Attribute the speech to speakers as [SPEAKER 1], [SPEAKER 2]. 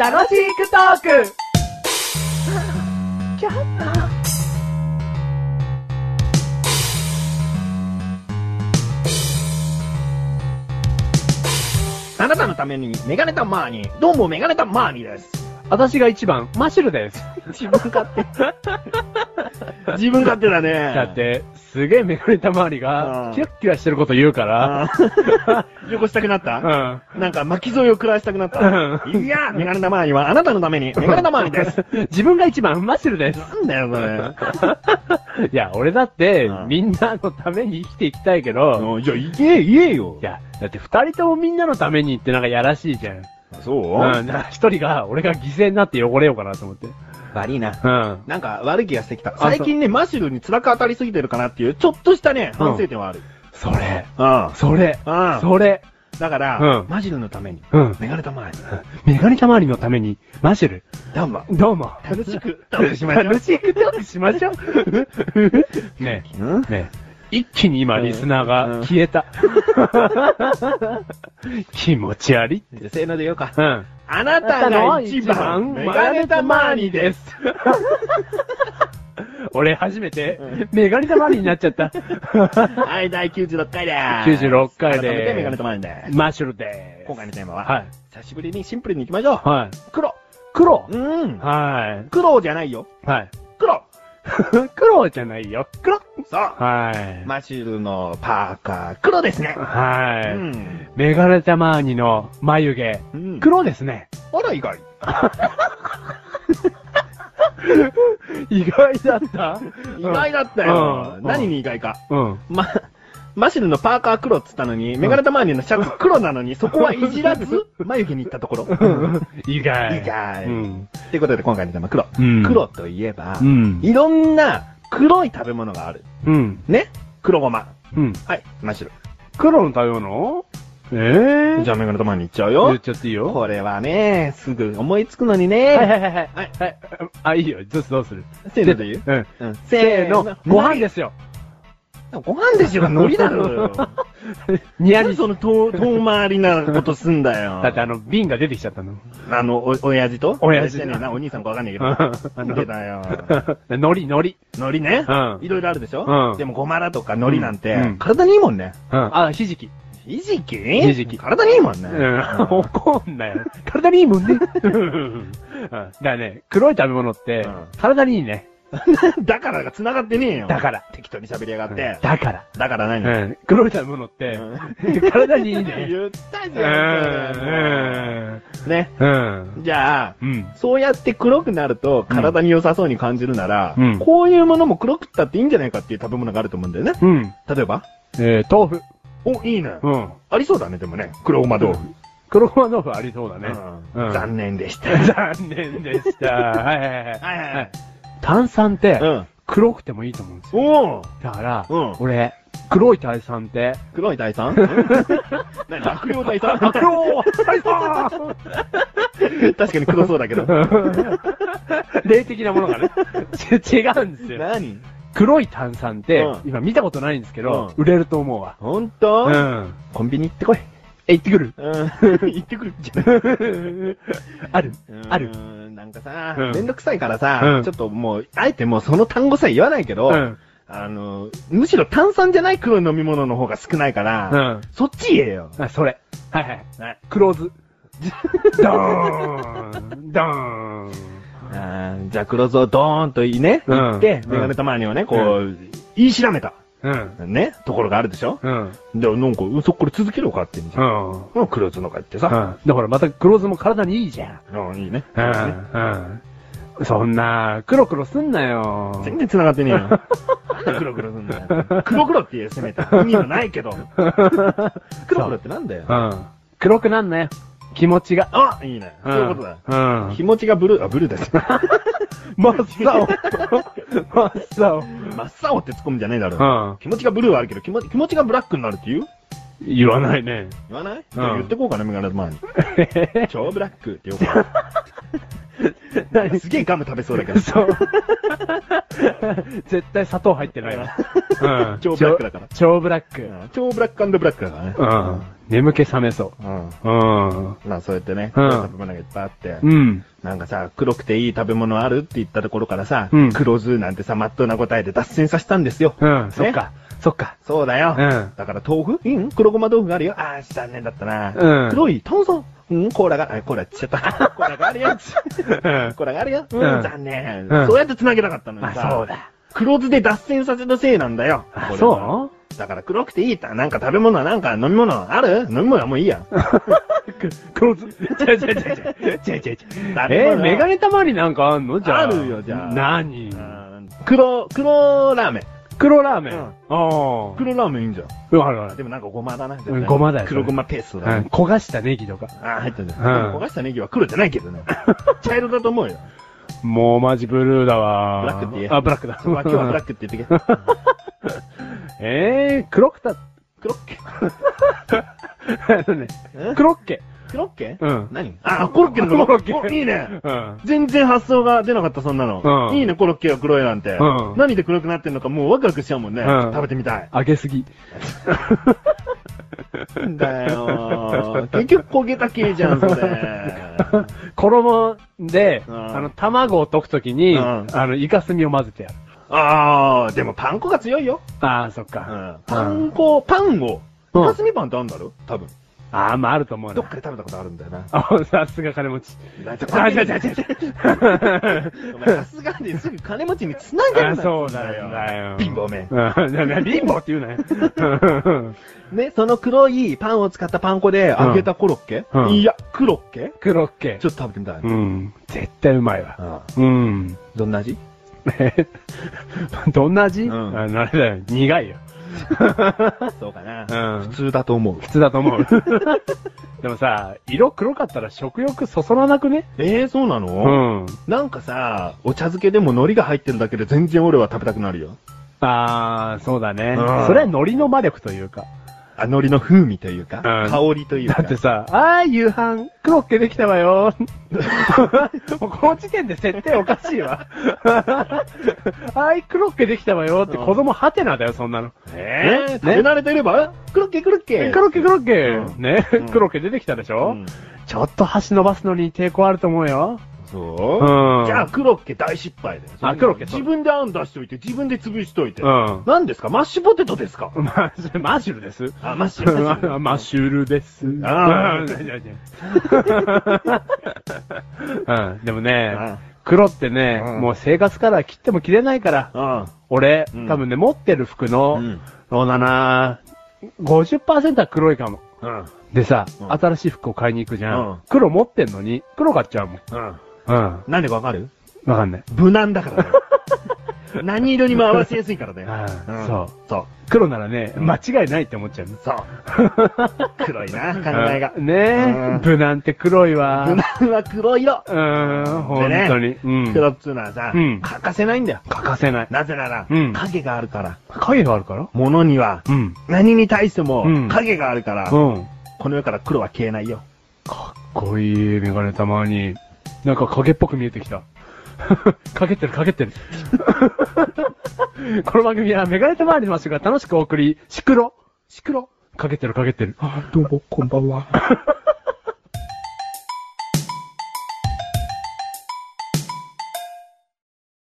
[SPEAKER 1] 楽しくトーク
[SPEAKER 2] あなたのためにメガネタマーニー、どうもメガネタマーニーです。
[SPEAKER 3] 私が一番、マシュルです。
[SPEAKER 1] 自分勝手。
[SPEAKER 2] 自分勝手だね。
[SPEAKER 3] だっ。て、すげえメガネた周り
[SPEAKER 2] うん
[SPEAKER 3] が、キラッキラしてること言うから、
[SPEAKER 2] あー よこしたくなった
[SPEAKER 3] うん。
[SPEAKER 2] なんか巻き添えを食らわしたくなった。いや、メガネ玉にはあなたのためにメガネ玉にです。
[SPEAKER 3] 自分が一番、マシュルです。
[SPEAKER 2] なんだよ、それ。
[SPEAKER 3] いや、俺だって
[SPEAKER 2] う、ん
[SPEAKER 3] みんなのために生きていきたいけど、
[SPEAKER 2] じゃあ、言え、言えよ
[SPEAKER 3] い。や、だって二人ともみんなのためにってなんかやらしいじゃん。
[SPEAKER 2] そう
[SPEAKER 3] うん。な一人が、俺が犠牲になって汚れようかなと思って。
[SPEAKER 2] 悪いな。
[SPEAKER 3] うん。
[SPEAKER 2] なんか悪い気がしてきた。
[SPEAKER 3] そう
[SPEAKER 2] 最近ね、マシルに辛く当たりすぎてるかなっていう、ちょっとしたね、反省点はある。
[SPEAKER 3] それ。
[SPEAKER 2] うん。
[SPEAKER 3] それ。
[SPEAKER 2] うん
[SPEAKER 3] それ。
[SPEAKER 2] だから、
[SPEAKER 3] うん
[SPEAKER 2] マジルのために、
[SPEAKER 3] うん。
[SPEAKER 2] メガネ玉に、
[SPEAKER 3] メガネたまりのために、マシュル、
[SPEAKER 2] どうも、
[SPEAKER 3] どうも。
[SPEAKER 2] 楽しく、どうしましょう
[SPEAKER 3] 楽しくトークしましょ う。ね
[SPEAKER 2] うん
[SPEAKER 3] え、ねえ、一気に今リスナー
[SPEAKER 2] うん
[SPEAKER 3] が消えた。 気持ち悪い。
[SPEAKER 2] じゃあ、せーので言おうか。
[SPEAKER 3] うん。
[SPEAKER 2] あなたが一番、メガネタマーニ です。。
[SPEAKER 3] 俺初めて、メガネタマーニになっちゃった。
[SPEAKER 2] はい、第96回でーす。
[SPEAKER 3] 96回
[SPEAKER 2] 改
[SPEAKER 3] でーす
[SPEAKER 2] めてメガネタマーニです。
[SPEAKER 3] マッシュルです。
[SPEAKER 2] 今回のテーマは、
[SPEAKER 3] はい。
[SPEAKER 2] 久しぶりにシンプルに行きましょう。
[SPEAKER 3] はい。
[SPEAKER 2] 黒。
[SPEAKER 3] 黒
[SPEAKER 2] う。ーん。
[SPEAKER 3] は
[SPEAKER 2] 黒じゃないよ。
[SPEAKER 3] い。 はい。
[SPEAKER 2] 黒。
[SPEAKER 3] 黒じゃないよ。黒。
[SPEAKER 2] そう。
[SPEAKER 3] はい。
[SPEAKER 2] マシュルのパーカー、黒ですね。う
[SPEAKER 3] はい。
[SPEAKER 2] ん。
[SPEAKER 3] メガネタマーニの眉毛。
[SPEAKER 2] うん
[SPEAKER 3] 黒ですね。
[SPEAKER 2] あら、意外。
[SPEAKER 3] 意外だった
[SPEAKER 2] 意外だったよ
[SPEAKER 3] う。ん
[SPEAKER 2] 何に意外か。
[SPEAKER 3] うん。
[SPEAKER 2] ま、マシュルのパーカー黒っつったのに、メガネタマーニのシャツ黒なのに、そこはいじら ず、眉毛に行ったところ。
[SPEAKER 3] 意外。
[SPEAKER 2] 意外
[SPEAKER 3] うん。
[SPEAKER 2] ということで、今回のテーマ、黒。
[SPEAKER 3] うん
[SPEAKER 2] 黒といえば
[SPEAKER 3] う、ん。
[SPEAKER 2] いろんな黒い食べ物がある。
[SPEAKER 3] うん。
[SPEAKER 2] ね黒ごま。
[SPEAKER 3] うん。
[SPEAKER 2] はい、マシュル。
[SPEAKER 3] 黒の食べ物ええー。
[SPEAKER 2] じゃあメガネ玉に行っちゃう
[SPEAKER 3] 言
[SPEAKER 2] よ
[SPEAKER 3] っ。ちゃっていいよ。
[SPEAKER 2] これはね、すぐ思いつくのに
[SPEAKER 3] はいは
[SPEAKER 2] ね。
[SPEAKER 3] いはいはい。
[SPEAKER 2] はい、
[SPEAKER 3] はい。あ、いいよ。どうするどうする
[SPEAKER 2] せーので言う
[SPEAKER 3] うん。
[SPEAKER 2] うんせ
[SPEAKER 3] せ
[SPEAKER 2] ー
[SPEAKER 3] ー
[SPEAKER 2] の
[SPEAKER 3] の、ご飯ですよ。
[SPEAKER 2] ご飯ですよが海苔だろ よ。
[SPEAKER 3] ニヤ
[SPEAKER 2] 何
[SPEAKER 3] リ。
[SPEAKER 2] その遠遠回りなことすん だよ。
[SPEAKER 3] だってあの、瓶が出てきちゃったの。
[SPEAKER 2] あの、お、親父と
[SPEAKER 3] 親父
[SPEAKER 2] じゃねえな、お兄さんかわかんないけど。
[SPEAKER 3] あ
[SPEAKER 2] なん
[SPEAKER 3] の
[SPEAKER 2] でだよ。
[SPEAKER 3] 海苔、海苔。
[SPEAKER 2] 海苔ね
[SPEAKER 3] う。ん。
[SPEAKER 2] いろいろあるでしょ
[SPEAKER 3] うん
[SPEAKER 2] でもごまらとか海苔なんて
[SPEAKER 3] うん、
[SPEAKER 2] 体にいいもんね。
[SPEAKER 3] うん。あ、ひじき。
[SPEAKER 2] ひじき
[SPEAKER 3] ひじき
[SPEAKER 2] 体にいいもんね。
[SPEAKER 3] うん。 怒んなよ。体にいいもんね。うん。だからね、黒い食べ物って
[SPEAKER 2] うん、
[SPEAKER 3] 体にいいね。
[SPEAKER 2] だからが繋がってねえよ。
[SPEAKER 3] だから。
[SPEAKER 2] 適当に喋りやがっ
[SPEAKER 3] だ
[SPEAKER 2] て。
[SPEAKER 3] から。
[SPEAKER 2] だから何
[SPEAKER 3] うん。黒い食べ物って、体にいいね。
[SPEAKER 2] 言ったじ
[SPEAKER 3] う
[SPEAKER 2] ゃん。
[SPEAKER 3] ん。
[SPEAKER 2] ね。
[SPEAKER 3] うん。
[SPEAKER 2] じゃあ、
[SPEAKER 3] うん。
[SPEAKER 2] そうやって黒くなると体に良さそうに感じるなら、
[SPEAKER 3] うん
[SPEAKER 2] こういうものも黒くったっていいんじゃないかっていう食べ物があると思うんだよね。
[SPEAKER 3] うん。
[SPEAKER 2] 例えば
[SPEAKER 3] えー、豆腐。
[SPEAKER 2] お、いいね。
[SPEAKER 3] うん。
[SPEAKER 2] ありそうだね、でもね。黒ごま豆腐。
[SPEAKER 3] 黒ごま豆腐ありそうだね。
[SPEAKER 2] うん
[SPEAKER 3] うん
[SPEAKER 2] 残念でした。
[SPEAKER 3] 残念で した。はいはいはい。
[SPEAKER 2] はいはいはい。
[SPEAKER 3] 炭酸って
[SPEAKER 2] う、ん。
[SPEAKER 3] 黒くてもいいと思うんですよ。
[SPEAKER 2] おー
[SPEAKER 3] だから、
[SPEAKER 2] うん
[SPEAKER 3] 俺、黒い炭酸って、
[SPEAKER 2] 黒い大さん 何悪霊大さん確
[SPEAKER 3] 黒炭酸
[SPEAKER 2] かに黒そうだけ ど。
[SPEAKER 3] 霊的なものがね、ち 違うんですよ。
[SPEAKER 2] 何
[SPEAKER 3] 黒い炭酸って、
[SPEAKER 2] うん
[SPEAKER 3] 今見たことないんですけど、
[SPEAKER 2] う
[SPEAKER 3] 売れると思うわ。
[SPEAKER 2] ほんと
[SPEAKER 3] うん。
[SPEAKER 2] コンビニ行ってこい。
[SPEAKER 3] え、行って くる
[SPEAKER 2] うん。 行ってくるじゃない。
[SPEAKER 3] あるある
[SPEAKER 2] うーんなんかさ、
[SPEAKER 3] うん
[SPEAKER 2] めんどくさいからさ、
[SPEAKER 3] うん
[SPEAKER 2] ちょっともう、あえてもうその単語さえ言わないけど、
[SPEAKER 3] うん。
[SPEAKER 2] あの、むしろ炭酸じゃない黒い飲み物の方が少ないから、
[SPEAKER 3] うん。
[SPEAKER 2] そっち言えよ。
[SPEAKER 3] あ、それ。はいはい。
[SPEAKER 2] はい
[SPEAKER 3] クローズ。 ドーンドーン
[SPEAKER 2] あーじゃあ黒酢をドーンといいね、
[SPEAKER 3] うん
[SPEAKER 2] 言って、
[SPEAKER 3] うん
[SPEAKER 2] メガネたまにはね、こう、
[SPEAKER 3] う
[SPEAKER 2] 言い調べた、
[SPEAKER 3] うん。
[SPEAKER 2] ね、ところがあるでしょ
[SPEAKER 3] うん。
[SPEAKER 2] で、なんか、うんそこれ続けろかってんじ
[SPEAKER 3] う
[SPEAKER 2] ゃん。
[SPEAKER 3] ん。うん。
[SPEAKER 2] うん、黒酢のかってさ、
[SPEAKER 3] だからまたクローズも体にいいじゃん。
[SPEAKER 2] うん、いいね。
[SPEAKER 3] うん。うん。そんな、クロクロすんなよ。
[SPEAKER 2] 全然繋がってねえよ。 なんで黒黒すんだよ。黒黒って言え、せめて。意味はない けど。黒黒ってなんだよ。
[SPEAKER 3] うん。黒くなんなよ。気持ちが。
[SPEAKER 2] あいいね。そういうことだ。
[SPEAKER 3] だ
[SPEAKER 2] 気持ちがブルー、あ、ブルーです。
[SPEAKER 3] うん。真っ 青。真っ
[SPEAKER 2] 真っ青って突っ込むんじゃねえだろ。
[SPEAKER 3] 青。
[SPEAKER 2] 気持ちがブルーはあるけど、気持ち気持ちがブラックになるって言う
[SPEAKER 3] うん。言わないね。
[SPEAKER 2] 言わない、じゃあ言ってこうかな、メガネの前に。超ブラックって言おうかな。なんかすげえガム食べそうだけど。
[SPEAKER 3] そう。絶対砂糖入ってないわ。うん
[SPEAKER 2] 超ブラックだから。
[SPEAKER 3] 超ブラック。
[SPEAKER 2] うん超ブラックブラックだからね。
[SPEAKER 3] うん。眠気覚めそ
[SPEAKER 2] うん。
[SPEAKER 3] う。うん。
[SPEAKER 2] まあそうやってね、
[SPEAKER 3] うん
[SPEAKER 2] 食べ物がいっぱいあって、
[SPEAKER 3] うん。
[SPEAKER 2] なんかさ、黒くていい食べ物あるって言ったところからさ、
[SPEAKER 3] うん
[SPEAKER 2] 黒酢なんてさ、まっとうな答えで脱線させたんですよ。
[SPEAKER 3] うん。そっか。そっか。
[SPEAKER 2] そうだよ。
[SPEAKER 3] うん
[SPEAKER 2] だから豆腐うん黒ごま豆腐があるよ。あー、残念だったな。
[SPEAKER 3] うん
[SPEAKER 2] 黒い炭酸うん、コーラが、あ、コーラ、ちゃった。 コーラがあるよ。コーラがあるよ。うん、
[SPEAKER 3] うん
[SPEAKER 2] 残念、
[SPEAKER 3] うん
[SPEAKER 2] そうやって繋げなかったのにさ。
[SPEAKER 3] あ、そう。だ。
[SPEAKER 2] 黒酢で脱線させたせいなんだよ。こ
[SPEAKER 3] あ、
[SPEAKER 2] れは
[SPEAKER 3] そ
[SPEAKER 2] だから黒くていい。なんか食べ物はなんか飲み物ある飲み物はもういいや。
[SPEAKER 3] う黒ず。ちゃちゃちゃちゃ。ちゃちゃちゃ。
[SPEAKER 2] 誰もな
[SPEAKER 3] えメガネたまりなんかあんのじゃあ。
[SPEAKER 2] あるよじゃあ
[SPEAKER 3] 何
[SPEAKER 2] うん黒、黒ラーメン。
[SPEAKER 3] 黒ラーメン。
[SPEAKER 2] うん
[SPEAKER 3] ああ。
[SPEAKER 2] 黒ラーメンいいんじゃん。
[SPEAKER 3] うん、あるある
[SPEAKER 2] で。もなんかごまだな。
[SPEAKER 3] うんごまだよ
[SPEAKER 2] 黒ごまペースト
[SPEAKER 3] う
[SPEAKER 2] だ
[SPEAKER 3] ん
[SPEAKER 2] ね。
[SPEAKER 3] 焦がしたネギとか。
[SPEAKER 2] あー、入ってるね。
[SPEAKER 3] うん
[SPEAKER 2] 焦がしたネギは黒じゃないけど ね。茶色だと思うよ。
[SPEAKER 3] もうマジブルーだわ。
[SPEAKER 2] ブラックって言え
[SPEAKER 3] あ、ブラックだ。
[SPEAKER 2] 今日はブラックって言ってけ。
[SPEAKER 3] えー、黒くた、
[SPEAKER 2] 黒っけ
[SPEAKER 3] あのね
[SPEAKER 2] え
[SPEAKER 3] 黒っけ。
[SPEAKER 2] 黒っけ
[SPEAKER 3] うん。
[SPEAKER 2] 何あ、コロッケの
[SPEAKER 3] コロッケ
[SPEAKER 2] おいいね。
[SPEAKER 3] うん。
[SPEAKER 2] 全然発想が出なかった、そんなの。
[SPEAKER 3] うん
[SPEAKER 2] いいね、コロッケが黒いなんて。
[SPEAKER 3] うん
[SPEAKER 2] 何で黒くなってんのかもうワクワクしちゃうもんね。
[SPEAKER 3] うん
[SPEAKER 2] 食べてみたい。
[SPEAKER 3] 揚げすぎ。
[SPEAKER 2] だよー結局焦げた系じゃん、そ れ。
[SPEAKER 3] 衣で、
[SPEAKER 2] うん
[SPEAKER 3] あの、卵を溶くときに、
[SPEAKER 2] うん
[SPEAKER 3] あの、イカスミを混ぜてやる。
[SPEAKER 2] あー、でもパン粉が強いよ。
[SPEAKER 3] ああ、そっ
[SPEAKER 2] う
[SPEAKER 3] か。
[SPEAKER 2] んパン粉、パンを。
[SPEAKER 3] うん
[SPEAKER 2] かすみパンってあるんだろ多分。
[SPEAKER 3] ああ、まああると思う
[SPEAKER 2] どっ
[SPEAKER 3] な。
[SPEAKER 2] かで食べたことあるんだよ な。
[SPEAKER 3] あ、さすが金 持ち。あ、違う違う違う違う。
[SPEAKER 2] お前さすがにすぐ金持ちにつなげる
[SPEAKER 3] あ
[SPEAKER 2] な。
[SPEAKER 3] そうなんだよ。
[SPEAKER 2] 貧乏め。
[SPEAKER 3] うん。なな貧乏って言うな よ。
[SPEAKER 2] ね、その黒いパンを使ったパン粉で揚げたコロッケ、
[SPEAKER 3] うん
[SPEAKER 2] いや、クロッケ
[SPEAKER 3] 黒っけ
[SPEAKER 2] ちょ。っと食べてみたい。
[SPEAKER 3] うん。絶対うまいわ。
[SPEAKER 2] ああ
[SPEAKER 3] うん。
[SPEAKER 2] どんな味
[SPEAKER 3] えどんな味、
[SPEAKER 2] うん
[SPEAKER 3] あのあれだよ。苦いよ。
[SPEAKER 2] そうかな、
[SPEAKER 3] うん
[SPEAKER 2] 普。通だと思う。
[SPEAKER 3] 普通だと思う。 でもさ、色黒かったら食欲そそらなくね
[SPEAKER 2] えー、そうな
[SPEAKER 3] う
[SPEAKER 2] の、
[SPEAKER 3] ん。
[SPEAKER 2] なんかさ、お茶漬けでも海苔が入ってるだけで全然俺は食べたくなるよ。
[SPEAKER 3] あー、そうだね。
[SPEAKER 2] うん
[SPEAKER 3] それは海苔の魔力というか。
[SPEAKER 2] あ、海苔の風味というか、
[SPEAKER 3] うん
[SPEAKER 2] 香りという
[SPEAKER 3] だ
[SPEAKER 2] か。
[SPEAKER 3] ってさ、あー、夕飯、クロッケできた わよ。もうこの時点で設定おかしいわ。あーい、クロッケできたわよって子供ハテナだよ、そんなの。
[SPEAKER 2] えー、
[SPEAKER 3] ね
[SPEAKER 2] 食べ慣れてれば、クロッケクロッケ
[SPEAKER 3] クロッケクロッケ、
[SPEAKER 2] うん
[SPEAKER 3] ね、
[SPEAKER 2] うん
[SPEAKER 3] クロッケ出てきたでしょ、
[SPEAKER 2] うん
[SPEAKER 3] ちょっと箸伸ばすのに抵抗あると思うよ。
[SPEAKER 2] そう、
[SPEAKER 3] うん。
[SPEAKER 2] じゃあ、クロッケ大失敗だよ。
[SPEAKER 3] あクロッケ
[SPEAKER 2] 自分で案出しといて、自分で潰しといて。
[SPEAKER 3] うん。
[SPEAKER 2] 何ですかマッシュポテトですか
[SPEAKER 3] マッシュマッシュルです。
[SPEAKER 2] あ、マッシュマッシュ。
[SPEAKER 3] マッシュルです。
[SPEAKER 2] あー
[SPEAKER 3] うんいやいや うんでもね、黒ってね、
[SPEAKER 2] うん
[SPEAKER 3] もう生活から切っても切れないから、
[SPEAKER 2] うん。
[SPEAKER 3] 俺、
[SPEAKER 2] うん
[SPEAKER 3] 多分ね、持ってる服
[SPEAKER 2] う
[SPEAKER 3] の
[SPEAKER 2] ん、
[SPEAKER 3] そうだな50%は黒いかも。
[SPEAKER 2] うん。
[SPEAKER 3] でさ、
[SPEAKER 2] うん
[SPEAKER 3] 新しい服を買いに行くじゃ
[SPEAKER 2] うん
[SPEAKER 3] ん。黒持ってんのに、黒買っちゃうもん。
[SPEAKER 2] うん。
[SPEAKER 3] うん。わ
[SPEAKER 2] なんでかわかる
[SPEAKER 3] かんない。
[SPEAKER 2] 無難だ からだよ。何色にも合わせやすいからだよ。
[SPEAKER 3] うん
[SPEAKER 2] ん
[SPEAKER 3] そう。
[SPEAKER 2] そう。
[SPEAKER 3] 黒ならね、間違いないって思っちゃうの。
[SPEAKER 2] そう。黒いな、考えが
[SPEAKER 3] う。ん
[SPEAKER 2] うん
[SPEAKER 3] ねえ、無難って黒いわ。
[SPEAKER 2] 無難は黒色。
[SPEAKER 3] うーん、本当に。うん。
[SPEAKER 2] 黒っつうのはさ、
[SPEAKER 3] うん
[SPEAKER 2] 欠かせないんだよ。
[SPEAKER 3] 欠かせない。
[SPEAKER 2] なぜなら、
[SPEAKER 3] うん
[SPEAKER 2] 影があるから。
[SPEAKER 3] 影があるから
[SPEAKER 2] 物には、
[SPEAKER 3] うん。
[SPEAKER 2] 何に対しても
[SPEAKER 3] うん
[SPEAKER 2] 影があるから、
[SPEAKER 3] うん。
[SPEAKER 2] この世から黒は消えないよ。
[SPEAKER 3] かっこいい、メガネたまに。なんか影っぽく見えてきた。 かけてる、かけてる。 この番組はメガネたまわりの場所が楽しくお送り、シクロ。シクロ。かけてる、かけてる。
[SPEAKER 1] どうも、こんばんは。